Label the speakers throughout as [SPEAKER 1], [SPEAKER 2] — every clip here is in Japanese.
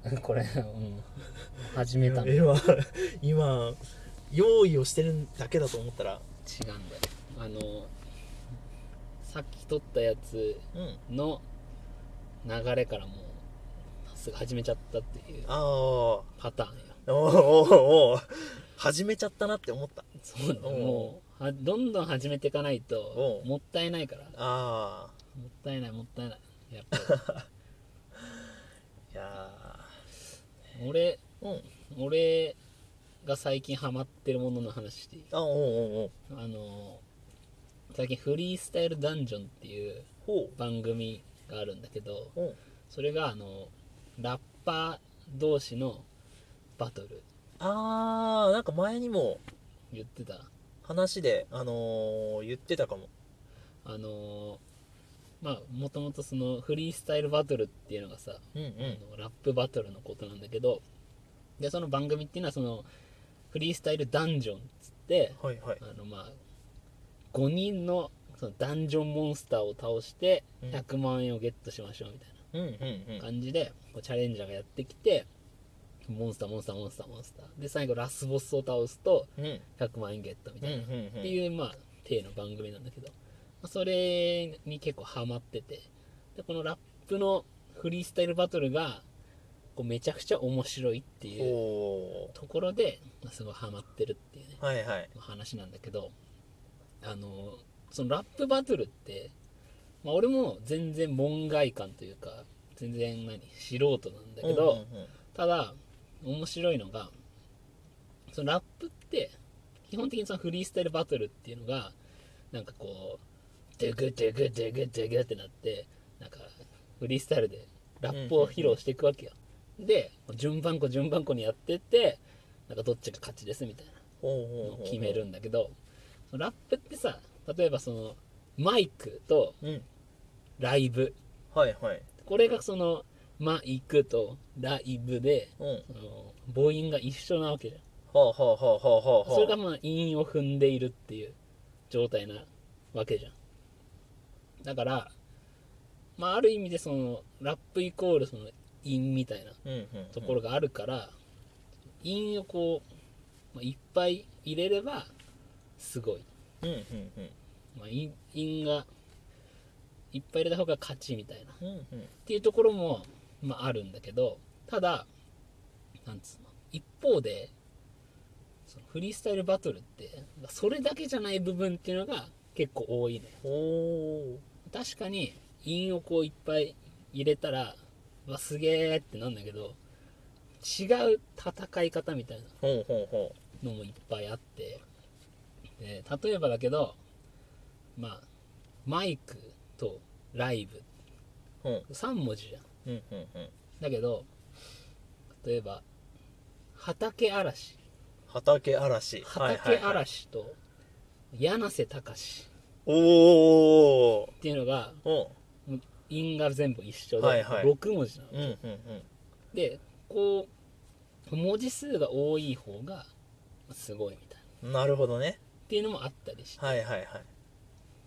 [SPEAKER 1] これ、うん、始めたの違
[SPEAKER 2] 今 今用意をしてるだけだと思ったら
[SPEAKER 1] うんだよあのさっき撮ったやつ
[SPEAKER 2] うん
[SPEAKER 1] の流れからもうすぐ始めちゃったっていう
[SPEAKER 2] ああお
[SPEAKER 1] パターンよ
[SPEAKER 2] ーおーおー始めちゃったなって思った
[SPEAKER 1] そうだ
[SPEAKER 2] おう
[SPEAKER 1] もうはどんどん始めていかないと
[SPEAKER 2] おう
[SPEAKER 1] もったいないからも
[SPEAKER 2] ああ
[SPEAKER 1] ったいないもったいないやっぱ
[SPEAKER 2] いや
[SPEAKER 1] り 俺
[SPEAKER 2] ーうん
[SPEAKER 1] 俺が最近ハマってるものの話していい
[SPEAKER 2] あおおおう
[SPEAKER 1] あの最近フリースタイルダンジョンっていう
[SPEAKER 2] ほ
[SPEAKER 1] 番組があるんだけど
[SPEAKER 2] ううん
[SPEAKER 1] それがあのラッパー同士のバトル
[SPEAKER 2] ああなんか前にも
[SPEAKER 1] 言ってた
[SPEAKER 2] 話であのー、言ってたかも
[SPEAKER 1] あのまあもともとそのフリースタイルバトルっていうのがさ、
[SPEAKER 2] うんう
[SPEAKER 1] あのラップバトルのことなんだけどでその番組っていうのはそのフリースタイルダンジョンっつって
[SPEAKER 2] はいはい
[SPEAKER 1] あのまあ5人のそのダンジョンモンスターを倒して
[SPEAKER 2] うん
[SPEAKER 1] 100万円をゲットしましょうみたいな
[SPEAKER 2] うんうんうん
[SPEAKER 1] 感じでこうチャレンジャーがやってきてモンスターモンスターモンスターモンスターで最後ラスボスを倒すと
[SPEAKER 2] うん
[SPEAKER 1] 100万円ゲットみ
[SPEAKER 2] うん
[SPEAKER 1] た
[SPEAKER 2] う
[SPEAKER 1] いな、
[SPEAKER 2] ん
[SPEAKER 1] っていうまあ体の番組なんだけどまあそれに結構ハマっててでこのラップのフリースタイルバトルがこうめちゃくちゃ面白いって
[SPEAKER 2] お
[SPEAKER 1] いう
[SPEAKER 2] お
[SPEAKER 1] ところで、まあすごいハマってるっていうね
[SPEAKER 2] ーはいはい
[SPEAKER 1] 話なんだけどあのそのラップバトルって、まあ、俺も全然門外観というか全然何素人なんだけど、
[SPEAKER 2] うんうんうん
[SPEAKER 1] ただ面白いのがそのラップって基本的にそのフリースタイルバトルっていうのがなんかこうドゥグドゥグドゥグドゥグってなってなんかフリースタイルでラップを披露していくわけよ、で順番こ順番こにやってってなんかどっちが勝ちですみたいな
[SPEAKER 2] おうおうおうおう
[SPEAKER 1] 決めるんだけどそのラップってさ例えばそのマイクと
[SPEAKER 2] うん
[SPEAKER 1] ライブ
[SPEAKER 2] はいはい
[SPEAKER 1] これがそのマイクとライブで
[SPEAKER 2] うんは
[SPEAKER 1] その母音が一緒なわけじゃん
[SPEAKER 2] あはあはあはあはあはあ
[SPEAKER 1] それがまあ韻を踏んでいるっていう状態なわけじゃんだからまあある意味でそのラップイコールその韻みたいな
[SPEAKER 2] うんうん
[SPEAKER 1] ところがあるから、韻をこう、まあ、いっぱい入れればすごい
[SPEAKER 2] うんうんうん
[SPEAKER 1] まあ、因因がいっぱい入れた方が勝ちみたいなっ
[SPEAKER 2] うんうん
[SPEAKER 1] ていうところも、まあ、あるんだけどただなんつうの一方でそのフリースタイルバトルってそれだけじゃない部分っていうのが結構多いね
[SPEAKER 2] おお
[SPEAKER 1] 確かに韻をこういっぱい入れたらうわすげーってなんだけど違う戦い方みたいな
[SPEAKER 2] ほうほうほ
[SPEAKER 1] のもいっぱいあってで例えばだけどまあマイクとライブ
[SPEAKER 2] うほ
[SPEAKER 1] 3文字じゃん
[SPEAKER 2] ううんうんうん
[SPEAKER 1] だけど例えば畑嵐
[SPEAKER 2] 畑嵐
[SPEAKER 1] 畑
[SPEAKER 2] はいはいはい
[SPEAKER 1] 嵐と柳瀬隆
[SPEAKER 2] おお
[SPEAKER 1] っていうのが
[SPEAKER 2] お
[SPEAKER 1] 因が全部一緒で、
[SPEAKER 2] はいはい
[SPEAKER 1] 6文字なの、
[SPEAKER 2] うんうんうん
[SPEAKER 1] でこう文字数が多い方がすごいみたいなっ
[SPEAKER 2] うんなるほどね
[SPEAKER 1] ていうのもあったりして
[SPEAKER 2] はいはいはい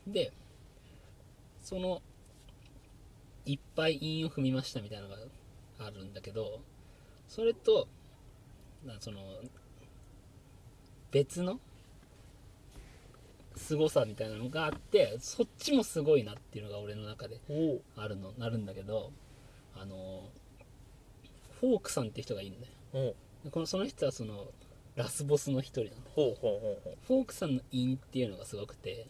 [SPEAKER 1] でそのいっぱい韻を踏みましたみたいなのがあるんだけどそれとなその別の凄さみたいなのがあってそっちもすごいなっていうのが俺の中で
[SPEAKER 2] おお
[SPEAKER 1] あるのなるんだけどあのフォークさんって人がいるんだよ
[SPEAKER 2] おう
[SPEAKER 1] でこのその人はそのラスボスの一人なんだ
[SPEAKER 2] ほうほうほうほう
[SPEAKER 1] フォークさんの韻っていうのがすごくて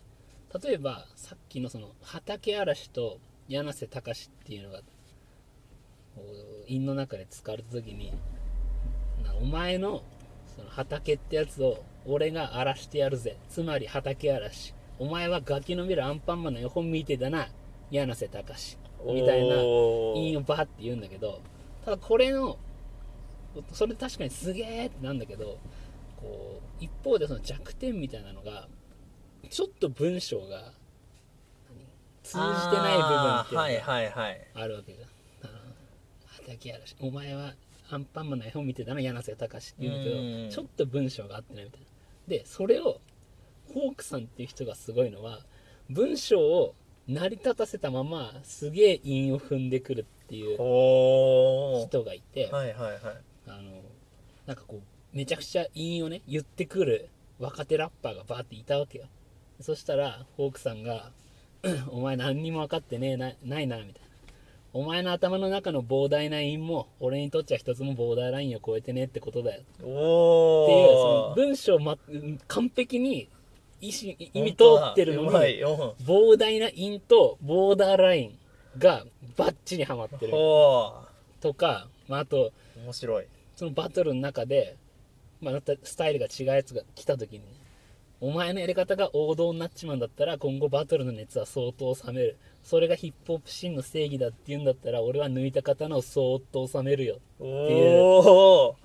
[SPEAKER 1] 例えばさっきのその畑嵐と柳瀬隆っていうのがこう韻の中で使われた時になお前のその畑ってやつを俺が荒らしてやるぜつまり畑嵐お前はガキの見るアンパンマンの横見てだな柳瀬隆みたいな
[SPEAKER 2] おー
[SPEAKER 1] 韻をバーって言うんだけどただこれのそれ確かにすげえってなんだけどこう一方でその弱点みたいなのがちょっと文章が何通じてない部分
[SPEAKER 2] あ
[SPEAKER 1] って
[SPEAKER 2] ー
[SPEAKER 1] いうの
[SPEAKER 2] はい
[SPEAKER 1] が
[SPEAKER 2] はいはい
[SPEAKER 1] あるわけじゃん。あの畑やらしお前はアンパンマンの絵本見てたな柳瀬隆って言うんだけ
[SPEAKER 2] うん
[SPEAKER 1] どちょっと文章が合ってないみたいな。でそれをホークさんっていう人がすごいのは文章を成り立たせたまますげえ韻を踏んでくるっていう
[SPEAKER 2] お
[SPEAKER 1] 人がいて、
[SPEAKER 2] はいはいはい
[SPEAKER 1] あのなんかこうめちゃくちゃ韻をね言ってくる若手ラッパーがバーっていたわけよそしたらフォークさんが 「お前何にも分かってねえなないな」みたいな「お前の頭の中の膨大な韻も俺にとっちゃ一つもボーダーラインを超えてねえってことだよ」って
[SPEAKER 2] お
[SPEAKER 1] いうその
[SPEAKER 2] お
[SPEAKER 1] 文章、ま、完璧に意思意味通ってるの
[SPEAKER 2] う
[SPEAKER 1] に
[SPEAKER 2] まいよ
[SPEAKER 1] 膨大な韻とボーダーラインがバッチリハマってる
[SPEAKER 2] お
[SPEAKER 1] とか、まあ、あと
[SPEAKER 2] 面白い
[SPEAKER 1] そのバトルの中で、まあ、またスタイルが違うやつが来た時にねお前のやり方が王道になっちまうんだったら今後バトルの熱は相当冷めるそれがヒップホップシーンの正義だって言うんだったら俺は抜いた刀をそーっと収めるよ
[SPEAKER 2] おお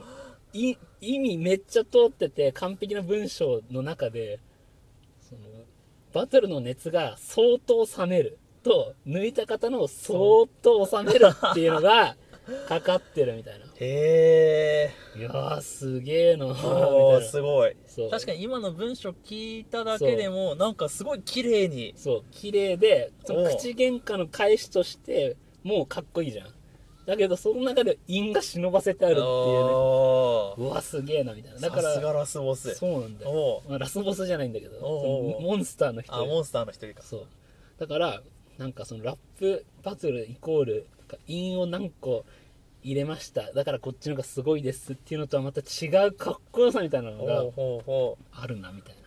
[SPEAKER 1] い意味めっちゃ通ってて完璧な文章の中でそのバトルの熱が相当冷めると抜いた刀をそーっと収めるっていうのがかかってるみたいな
[SPEAKER 2] へえ
[SPEAKER 1] いやーすげえ なーみ
[SPEAKER 2] おー
[SPEAKER 1] たいな
[SPEAKER 2] すごい
[SPEAKER 1] そう
[SPEAKER 2] 確かに今の文章聞いただけでもなんかすごい綺麗に
[SPEAKER 1] そう綺麗でその
[SPEAKER 2] おう
[SPEAKER 1] 口喧嘩の返しとしてもうかっこいいじゃんだけどその中で韻が忍ばせてあるっていうね
[SPEAKER 2] おー
[SPEAKER 1] うわすげえなみたいなだか
[SPEAKER 2] さすが
[SPEAKER 1] ら
[SPEAKER 2] ラスボス
[SPEAKER 1] そうなんだよ
[SPEAKER 2] おー
[SPEAKER 1] まあ、ラスボスじゃないんだけど
[SPEAKER 2] おうおうおう
[SPEAKER 1] そのモンスターの人
[SPEAKER 2] あモンスターの一人か
[SPEAKER 1] そうだからなんかそのラップバトルイコールなんか韻を何個入れましただからこっちの方がすごいですっていうのとはまた違うかっこよさみたいなのが
[SPEAKER 2] ほうほうほ
[SPEAKER 1] あるなみたいな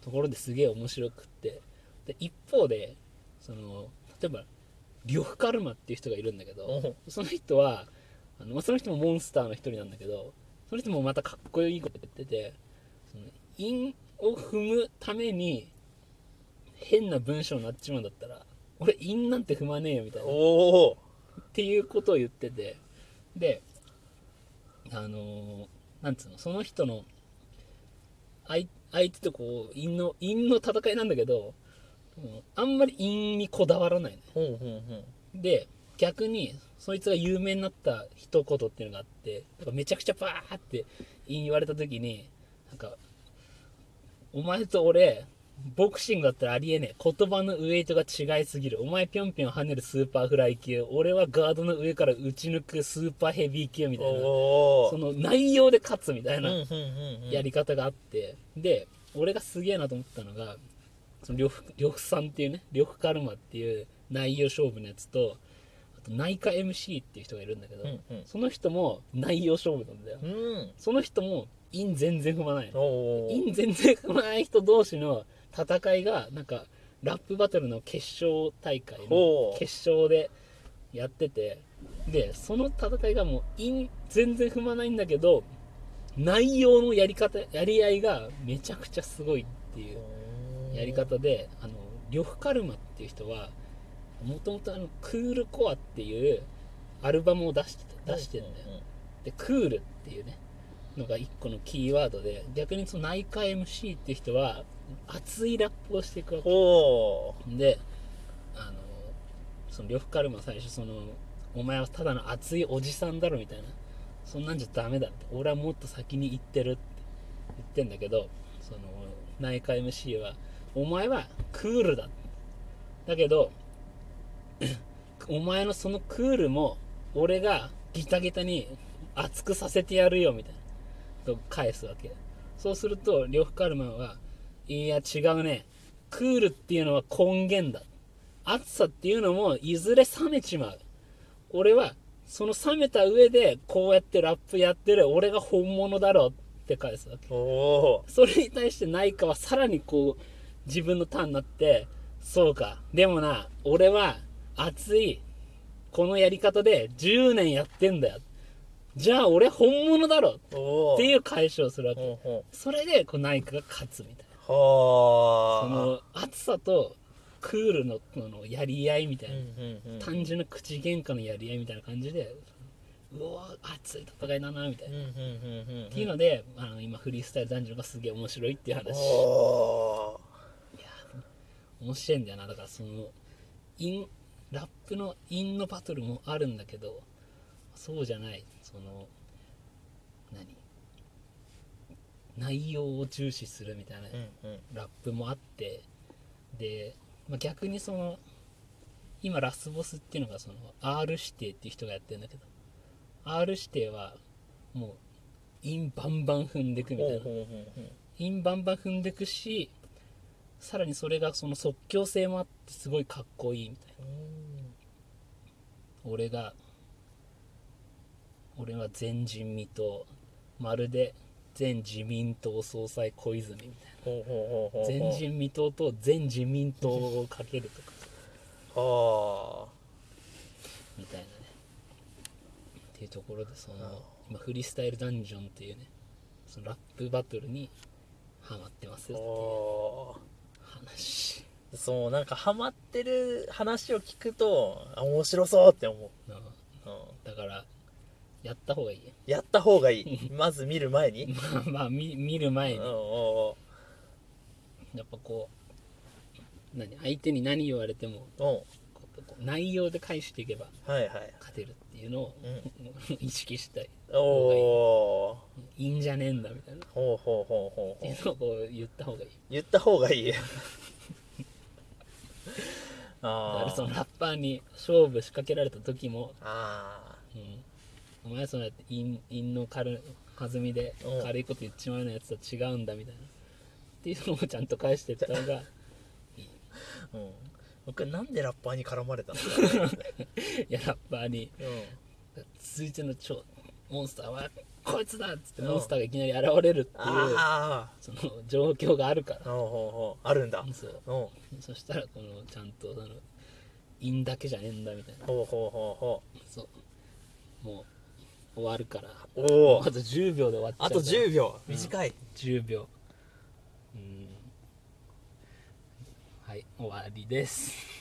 [SPEAKER 1] ところですげえ面白くってで一方でその例えば呂布カルマっていう人がいるんだけ
[SPEAKER 2] う
[SPEAKER 1] ど
[SPEAKER 2] お
[SPEAKER 1] その人はあのまあその人もモンスターの一人なんだけどその人もまたかっこいいこと言っててその韻を踏むために変な文章になっちまうんだったら俺韻なんて踏まねえよみたいな
[SPEAKER 2] おお
[SPEAKER 1] っていうことを言っててであのーなんつうのその人の相相手とこう陰の陰の戦いなんだけど、うんあんまり陰にこだわらないね
[SPEAKER 2] ほうほうほう
[SPEAKER 1] で逆にそいつが有名になった一言っていうのがあってなんかめちゃくちゃバーって陰言われた時になんか「お前と俺ボクシングだったらありえねえ言葉のウエイトが違いすぎるお前ぴょんぴょん跳ねるスーパーフライ級俺はガードの上から打ち抜くスーパーヘビー級」みたいな
[SPEAKER 2] おお
[SPEAKER 1] その内容で勝つみたいな
[SPEAKER 2] うんうんうんうん
[SPEAKER 1] やり方があって、で俺がすげえなと思ったのがその呂布呂布さんっていうね呂布カルマっていう内容勝負のやつとあと内科 MC っていう人がいるんだけど、
[SPEAKER 2] うんうん
[SPEAKER 1] その人も内容勝負なんだよ、
[SPEAKER 2] うん
[SPEAKER 1] その人も陰全然踏まないの
[SPEAKER 2] おー
[SPEAKER 1] 陰全然踏まない人同士の戦いがなんかラップバトルの決勝大会
[SPEAKER 2] ほ
[SPEAKER 1] の
[SPEAKER 2] う
[SPEAKER 1] 決勝でやっててでその戦いがもう陰全然踏まないんだけど内容のやり方やり合いがめちゃくちゃすごいっていうやり方であの呂布カルマっていう人はもともとクールコアっていうアルバムを出してて出してるんだよでクールっていうねのが一個のキーワードで逆にその内科 MC っていう人は熱いラップをしていくわけ
[SPEAKER 2] ほ
[SPEAKER 1] であのその呂布カルマ最初その「お前はただの熱いおじさんだろ」みたいな「そんなんじゃダメだ」って「俺はもっと先に行ってる」って言ってんだけどその内科 MC は「お前はクールだ」だけど お前のそのクールも俺がギタギタに熱くさせてやるよみたいなと返すわけそうすると呂布カルマは「いや違うねクールっていうのは根源だ暑さっていうのもいずれ冷めちまう俺はその冷めた上でこうやってラップやってる俺が本物だろって返すわけ
[SPEAKER 2] うお
[SPEAKER 1] それに対して内科はさらにこう自分のターンになってそうかでもな俺は熱いこのやり方で10年やってんだよじゃあ俺本物だろ
[SPEAKER 2] ーお
[SPEAKER 1] って
[SPEAKER 2] う
[SPEAKER 1] いう解消するわけ
[SPEAKER 2] ほうほ
[SPEAKER 1] それでこう内科が勝つみたいな
[SPEAKER 2] うは
[SPEAKER 1] その暑さとクールのののやり合いみたいな、
[SPEAKER 2] うん
[SPEAKER 1] 単純な口喧嘩のやり合いみたいな感じでうわー熱い戦いだなみたいな、
[SPEAKER 2] うんうんうんうんうん
[SPEAKER 1] っていうのであの今フリースタイルダンジョンがすげえ面白いっていう話
[SPEAKER 2] お
[SPEAKER 1] 面白いんだよなだからそのインラップのインのバトルもあるんだけどそうじゃないその何内容を重視するみたいな
[SPEAKER 2] ーうんうん
[SPEAKER 1] ラップもあってで、まあ逆にその今ラスボスっていうのがその R 指定っていう人がやってるんだけど R 指定はもうインバンバン踏んでくみたいな
[SPEAKER 2] ほうほうほう
[SPEAKER 1] インバンバン踏んでくしさらにそれがその即興性もあってすごいかっこいいみたいな俺が俺は全人民党まるで全自民党総裁小泉みたい
[SPEAKER 2] ほうほうほうほうほ
[SPEAKER 1] な
[SPEAKER 2] う
[SPEAKER 1] 全人民党と全自民党をかけるとか
[SPEAKER 2] は
[SPEAKER 1] みたいなねっていうところでその今フリースタイルダンジョンっていうねそのラップバトルにハマってます
[SPEAKER 2] あ
[SPEAKER 1] よっ
[SPEAKER 2] は
[SPEAKER 1] ていう話
[SPEAKER 2] あそうなんかハマってる話を聞くとあ面白そうって思
[SPEAKER 1] なあ
[SPEAKER 2] う、うん、
[SPEAKER 1] だからやった方がいいよ
[SPEAKER 2] やった方がいいまず見る前に
[SPEAKER 1] まあまあ見見る前
[SPEAKER 2] う
[SPEAKER 1] に
[SPEAKER 2] んうん
[SPEAKER 1] やっぱこう何相手に何言われても
[SPEAKER 2] うんうん
[SPEAKER 1] こうこう内容で返していけば
[SPEAKER 2] はいはい
[SPEAKER 1] 勝てるっていうのを
[SPEAKER 2] う
[SPEAKER 1] 意識したい
[SPEAKER 2] おお
[SPEAKER 1] いいんじゃねえんだみたいなっ
[SPEAKER 2] ほうほうほうほう
[SPEAKER 1] てい
[SPEAKER 2] ほ
[SPEAKER 1] ううのをこう言った方がいい
[SPEAKER 2] 言った方がいい
[SPEAKER 1] だか
[SPEAKER 2] あ
[SPEAKER 1] らそ
[SPEAKER 2] ー
[SPEAKER 1] のラッパーに勝負仕掛けられた時も
[SPEAKER 2] あ
[SPEAKER 1] うんお前はその陰陰の軽弾みで
[SPEAKER 2] うん
[SPEAKER 1] 軽いこと言っちまうようなやつと違うんだみたいなっていうのをちゃんと返していった方 が
[SPEAKER 2] ーうん僕なんでラッパーに絡まれた んだ
[SPEAKER 1] いやラッパーに
[SPEAKER 2] ろう、うん
[SPEAKER 1] 続いての超モンスターはこいつだっつって
[SPEAKER 2] うん
[SPEAKER 1] モンスターがいきなり現れるっていう
[SPEAKER 2] あ
[SPEAKER 1] その状況があるか
[SPEAKER 2] あほうほうほうあるんだ
[SPEAKER 1] らそう
[SPEAKER 2] うんほ
[SPEAKER 1] そしたらこのちゃんとその陰だけじゃねえんだみたいな
[SPEAKER 2] うほうほうほ
[SPEAKER 1] そうもう終わるから
[SPEAKER 2] うお
[SPEAKER 1] あと10秒で終わっちゃう
[SPEAKER 2] あと
[SPEAKER 1] から
[SPEAKER 2] 10秒短い、
[SPEAKER 1] 10秒うんはい終わりです